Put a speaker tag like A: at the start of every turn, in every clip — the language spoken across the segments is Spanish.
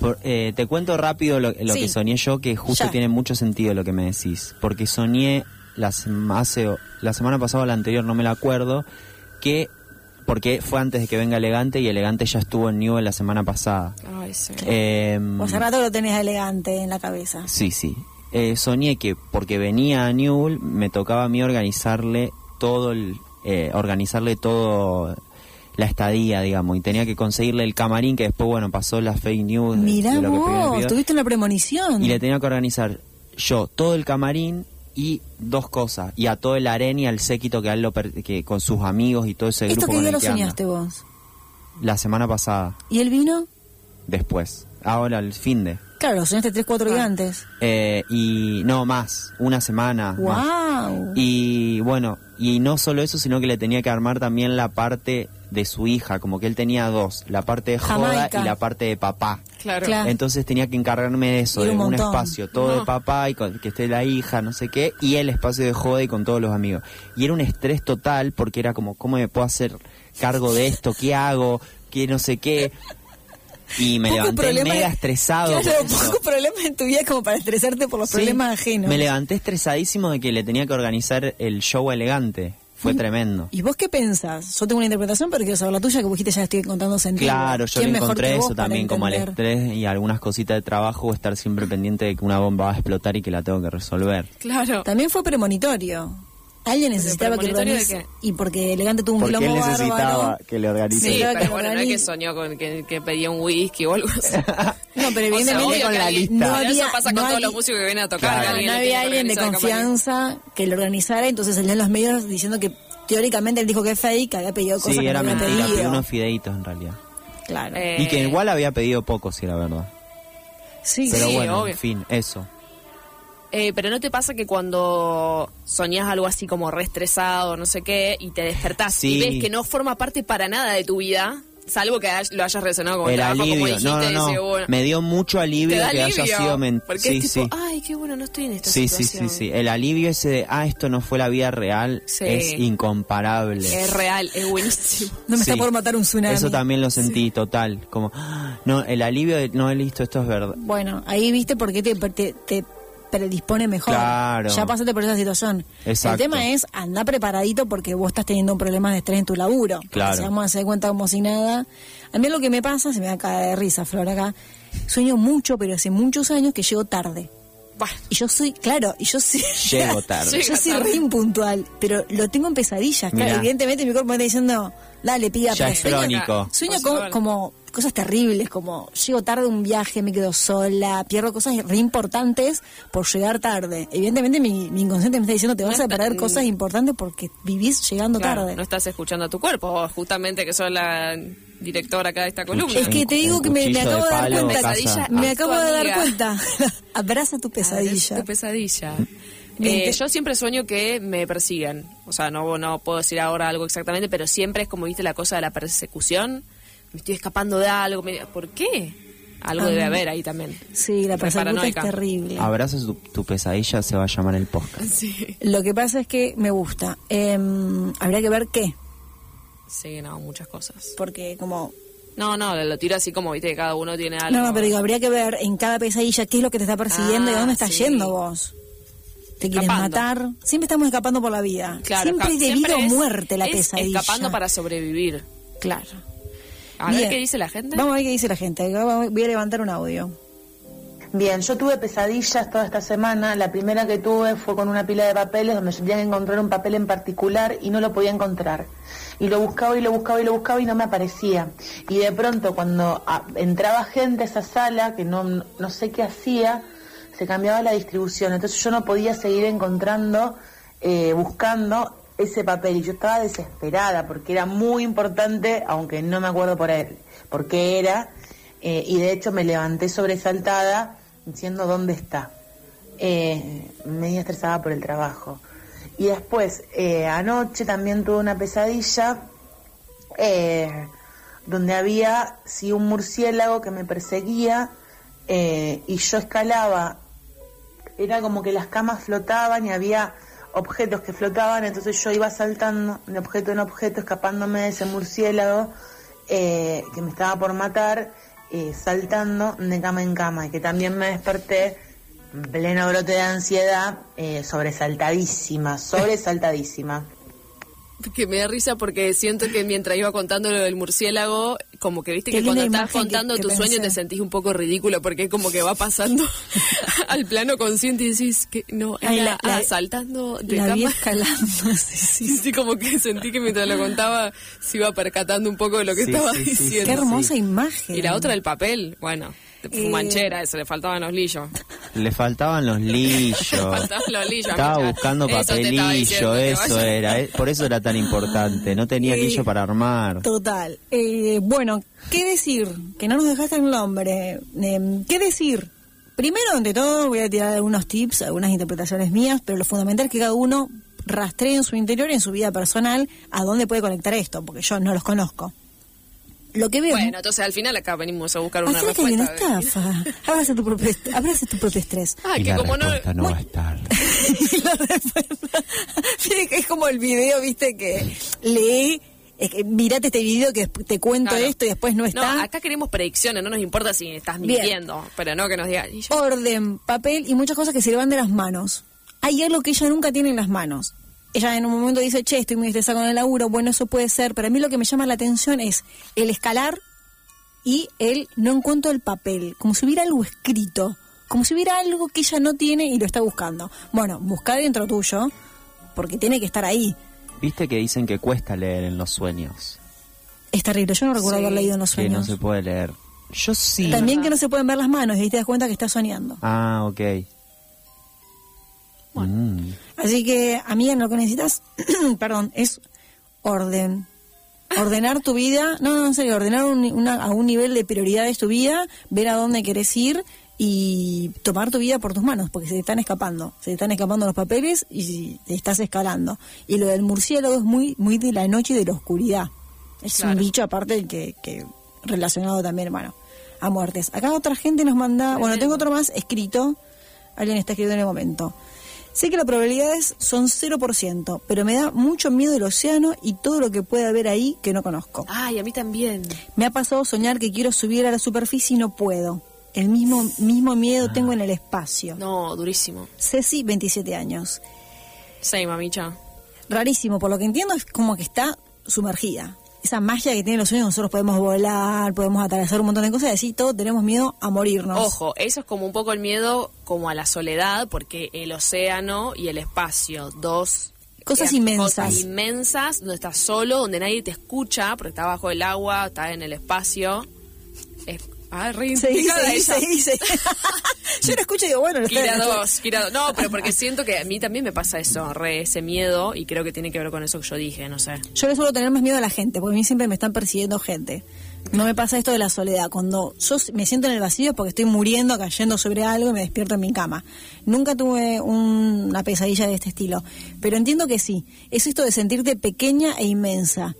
A: Por- eh, te cuento rápido lo, lo
B: Sí.
A: que soñé yo, que justo
B: Ya.
A: tiene mucho sentido lo que me decís. Porque soñé la, sem- hace, la semana pasada o la anterior, no me la acuerdo, que. Porque fue antes de que venga Elegante y Elegante ya estuvo en Newell la semana pasada.
C: Ay, sí.
A: Em,
B: Vos hace rato lo tenés elegante en la cabeza.
A: Sí, sí. Eh, soñé que porque venía a Newell me tocaba a mí organizarle todo el, eh, organizarle todo la estadía, digamos, y tenía que conseguirle el camarín que después bueno pasó la fake news. de- de
B: Mirá
A: lo que pegó en el
B: vos,
A: video.
B: tuviste una premonición.
A: y le tenía que organizar yo todo el camarín y dos cosas y a todo el aren y al séquito que a él lo per- que con sus amigos y todo ese grupo
B: ¿Esto qué
A: con
B: día
A: el
B: lo
A: que anda.
B: soñaste vos?
A: La semana pasada,
B: ¿Y él vino?
A: después, ahora el fin de.
B: Claro, lo soñaste tres, cuatro días antes.
A: Eh, y no más, una semana. más.
B: ¡Wow!
A: Y bueno, y no solo eso, sino que le tenía que armar también la parte de su hija, como que él tenía dos, la parte de joda
B: Jamaica.
A: y la parte de papá.
C: Claro.
B: Claro.
A: Entonces tenía que encargarme de eso,
B: Era
A: de
B: un
A: un
B: montón.
A: espacio, todo
C: No.
A: de papá y con- que esté la hija, no sé qué, y el espacio de joda y con todos los amigos. Y era un estrés total porque era como, ¿cómo me puedo hacer cargo de esto? ¿Qué hago? ¿Qué no sé qué? Y me
B: Poco
A: levanté
B: problema
A: mega
B: de-
A: estresado.
B: Claro,
A: con eso.
B: pocos problemas en tu vida como para estresarte por los
A: Sí.
B: problemas ajenos.
A: Me levanté estresadísimo de que le tenía que organizar el show elegante. Fue tremendo.
B: ¿Y vos qué pensás? Yo tengo una interpretación, pero quiero saber la tuya, que vos dijiste ya estoy encontrando sentido.
A: Claro, yo
B: ¿Quién
A: le
B: mejor que
A: encontré
B: vos
A: eso
B: para
A: también, como el
B: entender?
A: estrés y algunas cositas de trabajo, estar siempre pendiente de que una bomba va a explotar y que la tengo que resolver.
C: Claro.
B: También fue premonitorio. Alguien necesitaba que lo
C: premonitorio de
B: organice. Y porque elegante tuvo un
D: Porque él
B: quilombo
D: necesitaba
B: bárbaro.
D: que le organice.
C: Sí,
B: Pensaba que
C: pero bueno, no es que
B: organi-
C: soñó con que, que pedía un whisky o algo así.
B: No, pero
C: O sea,
B: evidentemente
C: obvio
B: con
C: que
B: la
C: alguien-
B: lista. No
C: Pero
B: había-
C: eso pasa
B: no
C: con todos
B: había-
C: los músicos que vienen a tocar.
B: Claro,
C: alguien
B: no
C: le
B: había
C: tiene que
B: alguien de
C: organizar la compañía.
B: confianza que lo organizara, entonces salían los medios diciendo que teóricamente él dijo que es fake, que había pedido cosas
A: Sí,
B: que
A: era
B: no había
A: mentira,
B: pedido.
A: pero unos fideitos en realidad.
B: Claro.
C: Eh,
A: Y que igual había pedido poco, si era verdad.
B: sí,
A: Pero
B: sí.
A: bueno,
C: obvio.
A: en fin, eso.
C: Eh, pero no te pasa que cuando soñás algo así como reestresado, no sé qué, y te despertás
A: Sí.
C: y ves que no forma parte para nada de tu vida, salvo que hay- lo hayas resonado con el
A: El
C: trabajo, como
A: alivio.
C: dijiste,
A: No, no,
C: y decís,
A: no.
C: bueno,
A: Me dio mucho
C: te
A: alivio
C: da
A: que
C: alivio,
A: haya sido mentira.
C: Porque
A: Sí,
C: es tipo,
A: sí.
C: ay, qué bueno, no estoy en esta
A: Sí, sí, sí,
C: situación.
A: sí. El alivio ese de, ah, esto no fue la vida real,
C: Sí.
A: es incomparable.
C: Es real, es buenísimo.
B: No me está
A: Sí.
B: por matar un tsunami.
A: Eso también lo sentí total, como ah, no, el alivio de no listo, esto es verdad.
B: Bueno, ahí viste por qué te, te- te predispone mejor.
A: Claro.
B: Ya pasaste por esa situación.
A: Exacto.
B: El tema es andar preparadito porque vos estás teniendo un problema de estrés en tu laburo.
A: Claro.
B: Si vamos a hacer cuenta como si nada. A mí lo que me pasa, se me va a caer de risa, Flor, acá. Sueño mucho, pero hace muchos años que llego tarde.
C: Bah,
B: Y yo soy, claro, y yo sí.
A: Llego tarde.
B: yo soy re impuntual, pero lo tengo en pesadillas. Claro,
A: Mirá.
B: evidentemente mi cuerpo me está diciendo, dale, pida
A: Ya es
B: pero sueño-
A: crónico.
B: Sueño
C: Por
B: como,
C: supuesto.
B: como cosas terribles, como llego tarde a un viaje, me quedo sola, pierdo cosas re importantes por llegar tarde. Evidentemente mi, mi inconsciente me está diciendo, te vas a
C: está-
B: perder cosas importantes porque vivís llegando
C: claro,
B: tarde.
C: no estás escuchando a tu cuerpo, vos, justamente que sos la directora acá de esta columna. Ah,
B: Es que te
A: Un
B: digo que me, me
A: cuchillo de
B: acabo de dar
A: palo,
B: cuenta,
A: pesadilla,
B: me
C: a
B: acabo
C: tu
B: de dar
C: amiga.
B: cuenta. Abraza tu pesadilla.
C: Tu pesadilla.
B: Bien,
C: Eh,
B: te-
C: yo siempre sueño que me persigan. O sea, no, no puedo decir ahora algo exactamente, pero siempre es como, viste, la cosa de la persecución. Me estoy escapando de algo. me- ¿Por qué? Algo debe haber ahí también.
B: Ah. Sí, la
C: Re
B: pesadilla es
C: paranoica.
B: terrible.
A: Abrazo tu, tu pesadilla se va a llamar el podcast.
C: Sí.
B: Lo que pasa es que me gusta. Em, habría que ver qué,
C: Sí, no, muchas cosas.
B: porque como...
C: No, no, lo tiro así como, viste, que cada uno tiene algo.
B: No, no, pero digo, habría que ver en cada pesadilla qué es lo que te está persiguiendo y a
C: Ah,
B: dónde estás
C: sí.
B: yendo vos. ¿Te quieres
C: Escapando.
B: matar? Siempre estamos escapando por la vida.
C: Claro,
B: siempre
C: esca-
B: es debido
C: siempre
B: a
C: es-
B: muerte la
C: es
B: pesadilla.
C: Escapando para sobrevivir.
B: Claro.
C: A ver
B: Bien.
C: qué dice la gente.
B: Vamos a ver qué dice la gente. Voy a levantar un audio.
E: Bien, yo tuve pesadillas toda esta semana. La primera que tuve fue con una pila de papeles donde yo tenía que encontrar un papel en particular y no lo podía encontrar. Y lo buscaba y lo buscaba y lo buscaba y no me aparecía. Y de pronto cuando ah, entraba gente a esa sala, que no, no sé qué hacía, se cambiaba la distribución. Entonces yo no podía seguir encontrando, eh, buscando ese papel. Y yo estaba desesperada porque era muy importante, aunque no me acuerdo por, él, por qué era. Eh, y de hecho me levanté sobresaltada diciendo dónde está. Eh, media estresada por el trabajo. Y después, eh, anoche también tuve una pesadilla eh, donde había sí, un murciélago que me perseguía eh, y yo escalaba. Era como que las camas flotaban y había objetos que flotaban, entonces yo iba saltando de objeto en objeto, escapándome de ese murciélago eh, que me estaba por matar eh, saltando de cama en cama, y que también me desperté en pleno brote de ansiedad, eh, sobresaltadísima, sobresaltadísima.
C: Que me da risa porque siento que mientras iba contando lo del murciélago, como que viste
B: Qué
C: que cuando
B: linda
C: estás
B: imagen que-
C: contando
B: que
C: tu sueño
B: pensé.
C: te sentís un poco ridículo porque es como que va pasando al plano consciente y decís que no,
B: Ay,
C: era
B: la- la-
C: ah, saltando de
B: La vi
C: cama.
B: escalando, sí, sí.
C: Sí, sí, como que sentí que mientras lo contaba se iba percatando un poco de lo que
A: Sí,
C: estaba
A: sí, sí, sí.
C: diciendo.
B: Qué hermosa imagen.
C: Y la otra, el papel, bueno,
B: Eh.
C: manchera, eso, le faltaban los lillos.
A: Le faltaban los lillos.
C: faltaban los lillos,
A: Estaba
C: amiga.
A: buscando
C: Eso te estaba diciendo
A: papelillo,
C: que
A: eso
C: vaya.
A: era. eh, Por eso era tan importante. No tenía
B: Sí.
A: lillo para armar.
B: Total. Eh, bueno, ¿qué decir? Que no nos dejaste el nombre. Eh, ¿Qué decir? Primero, ante todo, voy a tirar algunos tips, algunas interpretaciones mías, pero lo fundamental es que cada uno rastree en su interior, en su vida personal, a dónde puede conectar esto, porque yo no los conozco. Lo que veo...
C: Bueno, entonces al final acá venimos a buscar una
B: Acércate a una
C: respuesta.
B: estafa. Abraza tu propio, est- abraza tu propio estrés.
C: Ah,
A: y
C: que
A: la
C: como no...
A: respuesta no, va a estar.
B: Y la respuesta- Sí, que es como el video, viste, que leí, es que mirate este video que desp- te cuento
C: Claro.
B: esto y después no está.
C: acá queremos predicciones, no nos importa si estás
B: Bien.
C: mintiendo, pero no que nos digan. y yo-
B: orden, papel y muchas cosas que se le van de las manos. Hay algo que ella nunca tiene en las manos. Ella en un momento dice, che, estoy muy estresada con el laburo, bueno, eso puede ser, pero a mí lo que me llama la atención es el escalar y el no encuentro el papel, como si hubiera algo escrito, como si hubiera algo que ella no tiene y lo está buscando. Bueno, busca dentro tuyo, porque tiene que estar ahí.
A: Viste que dicen que cuesta leer en los sueños.
B: Es terrible, yo no recuerdo
C: Sí,
B: haber leído en los
A: Que no
B: sueños.
A: se puede leer. Yo sí.
B: También que no se pueden ver las manos y ahí te das cuenta que está soñando.
A: Ah, ok. Mm.
B: Así que, amiga, lo que necesitas, perdón, es orden. Ordenar tu vida, no, no, en serio, ordenar un- una- a un nivel de prioridades tu vida, ver a dónde querés ir y tomar tu vida por tus manos, porque se te están escapando, se te están escapando los papeles y te estás escalando. Y lo del murciélago es muy, muy de la noche y de la oscuridad. Es un
C: Claro.
B: bicho aparte que, que relacionado también, bueno, a muertes. Acá otra gente nos manda, bueno, tengo otro más escrito, alguien está escrito en el momento. Sé que las probabilidades son 0%, pero me da mucho miedo el océano y todo lo que puede haber ahí que no conozco.
C: Ay, a mí también.
B: Me ha pasado soñar que quiero subir a la superficie y no puedo. El mismo, mismo miedo tengo en el espacio.
C: No, durísimo.
B: Ceci, 27 años.
C: Sí, mamicha.
B: Rarísimo, por lo que entiendo es como que está sumergida. Esa magia que tienen los sueños, nosotros podemos volar, podemos atravesar un montón de cosas y así todos tenemos miedo a morirnos.
C: Ojo, eso es como un poco el miedo como a la soledad, porque el océano y el espacio, dos
B: Cosas
C: eh,
B: inmensas.
C: cosas inmensas, donde estás solo, donde nadie te escucha, porque está bajo el agua, está en el espacio. Es, ah, re
B: Se dice,
C: implicada
B: se
C: ella.
B: dice, se dice. Yo lo escucho y digo, bueno, lo está-
C: Kira 2, Kira 2. No, pero porque siento que a mí también me pasa eso, re ese miedo, y creo que tiene que ver con eso que yo dije, no sé.
B: Yo le suelo tener más miedo a la gente, porque a mí siempre me están persiguiendo gente. No me pasa esto de la soledad. Cuando yo s- me siento en el vacío es porque estoy muriendo, cayendo sobre algo y me despierto en mi cama. Nunca tuve un- una pesadilla de este estilo. Pero entiendo que sí. Es esto de sentirte pequeña e inmensa.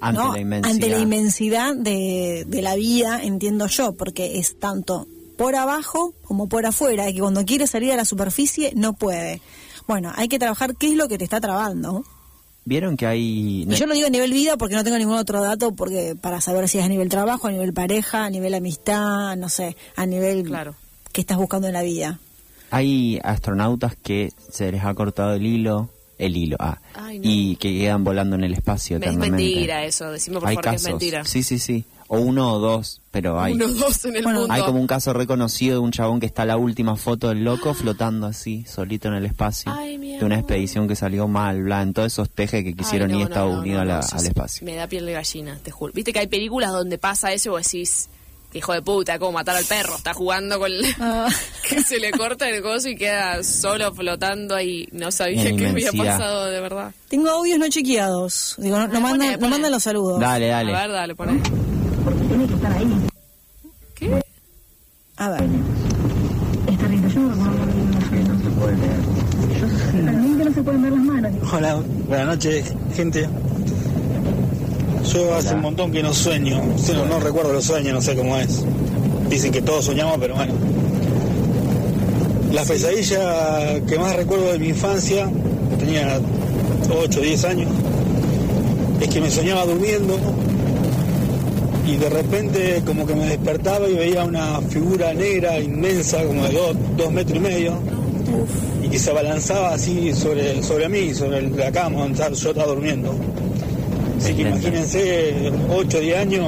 A: Ante
B: ¿no?
A: la inmensidad.
B: Ante la inmensidad de, de la vida, entiendo yo, porque es tanto por abajo como por afuera, y que cuando quiere salir a la superficie no puede. Bueno, hay que trabajar qué es lo que te está trabando.
A: Vieron que hay...
B: Y yo no digo a nivel vida porque no tengo ningún otro dato porque para saber si es a nivel trabajo, a nivel pareja, a nivel amistad, no sé, a nivel
C: Claro.
B: que estás buscando en la vida.
A: Hay astronautas que se les ha cortado el hilo, el hilo, ah,
C: Ay, no.
A: y que quedan volando en el espacio
C: Es
A: eternamente.
C: mentira eso, decime por
A: hay
C: favor que es
A: casos.
C: mentira.
A: Sí, sí, sí. O uno o dos, pero hay.
C: Uno, dos en el
B: Bueno,
C: mundo.
A: Hay como un caso reconocido de un chabón que está la última foto del loco flotando así, solito en el espacio.
C: Ay, mi
A: de una
C: amor.
A: expedición que salió mal, bla, en todos esos tejes que quisieron
C: Ay, no,
A: ir a
C: no,
A: Estados
C: no,
A: Unidos
C: no,
A: a la-
C: no, eso
A: al
C: es-
A: espacio.
C: Me da piel de gallina, te juro. Viste que hay películas donde pasa eso y vos decís, que hijo de puta, como matar al perro, está jugando con el-
B: Ah.
C: que se le corta el gozo y queda solo flotando ahí. No sabía
A: En
C: que había
A: inmensidad.
C: pasado, de verdad.
B: Tengo audios no chequeados. Digo, no, no
C: Ah,
B: mandan,
C: pone,
B: no
C: pone.
B: mandan los saludos.
A: Dale,
C: A
A: dale.
C: ver, dale, por ahí.
D: porque tiene que estar ahí.
C: ¿Qué?
B: A ver.
D: Es terrible, yo no recuerdo También que no se pueden ver las manos.
F: Hola, buenas noches, gente. Yo hace un montón que no sueño, Sí, no, no recuerdo los sueños, no sé cómo es. Dicen que todos soñamos, pero bueno. La pesadilla que más recuerdo de mi infancia, tenía 8 o 10 años, es que me soñaba durmiendo y de repente como que me despertaba y veía una figura negra inmensa, como de dos, dos metros y medio, y que se abalanzaba así sobre, sobre mí, sobre el- la cama donde estaba- yo estaba durmiendo. Así que
A: Tremendo.
F: imagínense, 8 o 10 años,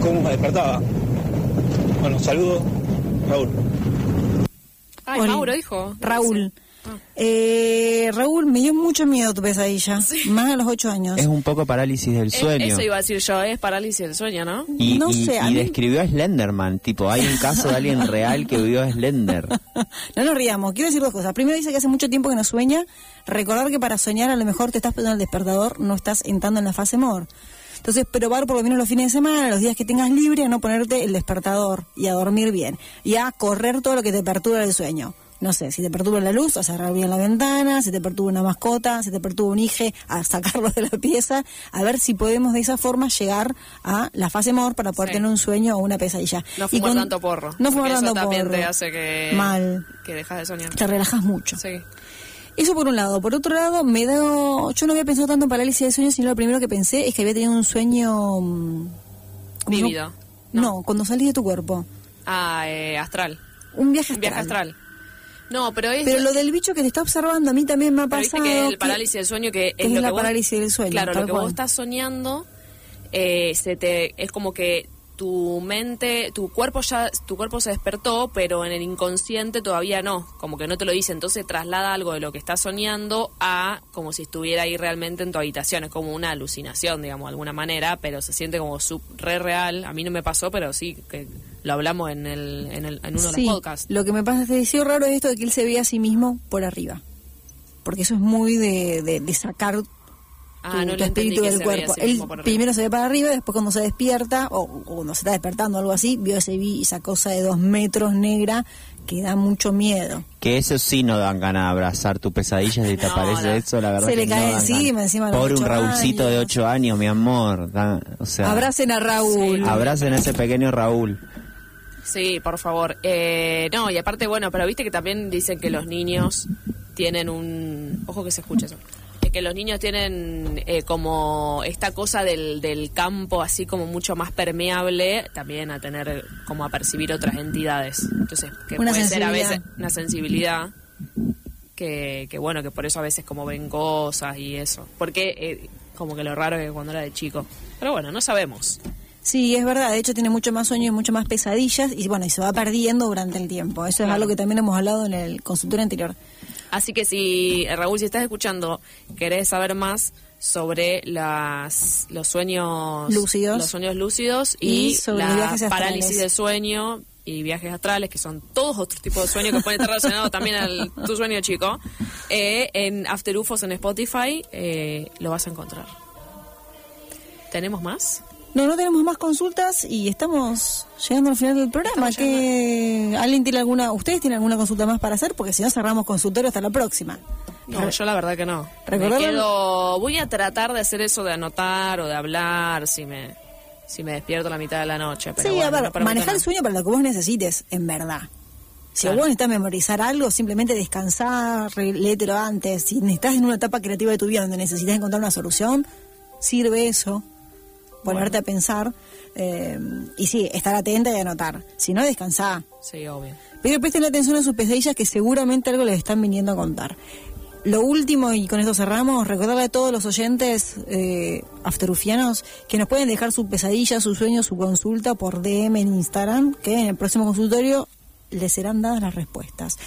F: cómo me despertaba. Bueno, saludos, Raúl.
C: Ay,
B: Oli.
C: Mauro, hijo. Ah.
B: Raúl. Eh, Raúl, me dio mucho miedo tu pesadilla. Más a los ocho años.
A: Es un poco parálisis del
C: Es-
A: sueño.
C: Eh, eso iba a decir yo, es parálisis del sueño, ¿no?
A: Y,
B: No
A: y-
B: sé, a
A: y
B: mí-
A: describió a Slenderman, tipo, hay un caso de alguien real que vio a Slender.
B: no nos riamos. Quiero decir dos cosas. Primero dice que hace mucho tiempo que no sueña. Recordar que para soñar a lo mejor te estás poniendo el despertador, no estás entrando en la fase amor. Entonces, probar por lo menos los fines de semana, los días que tengas libre, a no ponerte el despertador y a dormir bien. Y a correr todo lo que te perturba el sueño. No sé, si te perturba la luz, a cerrar bien la ventana, si te perturba una mascota, si te perturba un hijo, a sacarlo de la pieza, a ver si podemos de esa forma llegar a la fase amor para poder
C: Sí.
B: tener un sueño o una pesadilla.
C: No
B: Y
C: fumar
B: con-
C: tanto porro.
B: No
C: porque
B: fumar
C: eso
B: tanto
C: también
B: porro.
C: te hace que...
B: Mal.
C: Que dejas de soñar.
B: Te relajas mucho.
C: Sí.
B: Eso por un lado. Por otro lado, me da... Yo no había pensado tanto en parálisis de sueño, sino lo primero que pensé es que había tenido un sueño... mm, ¿cómo se llama?
C: Vívido,
B: No. cuando salís de tu cuerpo.
C: Ah, eh, astral.
B: Un viaje
C: Un
B: astral.
C: viaje astral. No, pero es...
B: Pero lo del bicho que te está observando a mí también me ha
C: pero viste
B: pasado...
C: que el
B: que-
C: parálisis del sueño que...
B: que es
C: lo
B: la
C: que vos-
B: parálisis del sueño,
C: Claro,
B: tal
C: lo que
B: cual.
C: vos estás soñando eh, se te, es como que tu mente, tu cuerpo ya, tu cuerpo se despertó, pero en el inconsciente todavía no, como que no te lo dice, entonces traslada algo de lo que estás soñando a como si estuviera ahí realmente en tu habitación, es como una alucinación, digamos, de alguna manera, pero se siente como sub- re real, a mí no me pasó, pero sí, que lo hablamos en, el, en, el, en uno de
B: Sí,
C: los podcasts.
B: Lo que me pasa es que sí, raro es esto de que él se ve a sí mismo por arriba. Porque eso es muy de, de- de sacar tu,
C: Ah, no
B: tu
C: lo entendí
B: espíritu
C: que
B: del
C: se veía
B: cuerpo.
C: así
B: Él
C: mismo por arriba.
B: primero se ve para arriba, después cuando se despierta, o, o cuando se está despertando o algo así, vio ese, vi- esa cosa de dos metros negra que da mucho miedo.
A: Que eso sí no dan ganas de abrazar tu pesadilla si te
C: No,
A: aparece
C: no.
A: eso, la verdad.
B: Se
A: que
B: le
A: no
B: cae
A: dan
B: encima,
A: ganas.
B: encima a los
A: Por un
B: ocho
A: Raúlcito de
B: años.
A: 8 años, mi amor. da- o sea,
B: Abracen a Raúl.
A: abracen a ese pequeño Raúl.
C: Sí, por favor. Eh, no, y aparte, bueno, pero viste que también dicen que los niños tienen un... Ojo que se escucha eso. Eh, Que los niños tienen eh, como esta cosa del, del campo así como mucho más permeable también a tener como a percibir otras entidades. Entonces, que
B: Una
C: puede ser a
B: sensibilidad.
C: veces una sensibilidad que, que bueno, que por eso a veces como ven cosas y eso. Porque eh, como que lo raro es que cuando era de chico. Pero bueno, no sabemos.
B: Sí, es verdad. De hecho, tiene mucho más sueño y mucho más pesadillas. Y bueno, y se va perdiendo durante el tiempo. Eso es
C: Claro.
B: algo que también hemos hablado en el consultorio anterior.
C: Así que si, eh, Raúl, si estás escuchando, querés saber más sobre las, los sueños
B: Lúcidos.
C: los sueños lúcidos y,
B: Y sobre los
C: la
B: viajes astrales.
C: parálisis del sueño y viajes astrales, que son todos otros tipos de sueños que pueden estar relacionados también al tu sueño chico, eh, en After Ufos en Spotify eh, lo vas a encontrar. ¿Tenemos más?
B: No, no tenemos más consultas y estamos llegando al final del programa.
C: Estamos
B: Que alguien tiene alguna, ustedes tienen alguna consulta más para hacer, porque si no cerramos consultorio hasta la próxima.
C: No, yo la verdad que no. Me
B: Recordar-
C: quedo- voy a tratar de hacer eso de anotar o de hablar si me si me despierto a la mitad de la noche. Pero
B: sí,
C: bueno,
B: a ver,
C: no prometo
B: manejar
C: nada.
B: el sueño para lo que vos necesites, en verdad. Si
C: Claro.
B: vos necesitas memorizar algo, simplemente descansar, re- léetelo antes. Si necesitas en una etapa creativa de tu vida donde necesitas encontrar una solución, sirve eso. Ponerte a pensar. eh, y sí, estar atenta y anotar. Si no, descansá.
C: Sí, obvio.
B: Pero presten atención a sus pesadillas que seguramente algo les están viniendo a contar. Lo último, y con esto cerramos, recordarle a todos los oyentes eh, afterufianos que nos pueden dejar su pesadilla, su sueño, su consulta por DM en Instagram, que en el próximo consultorio les serán dadas las respuestas.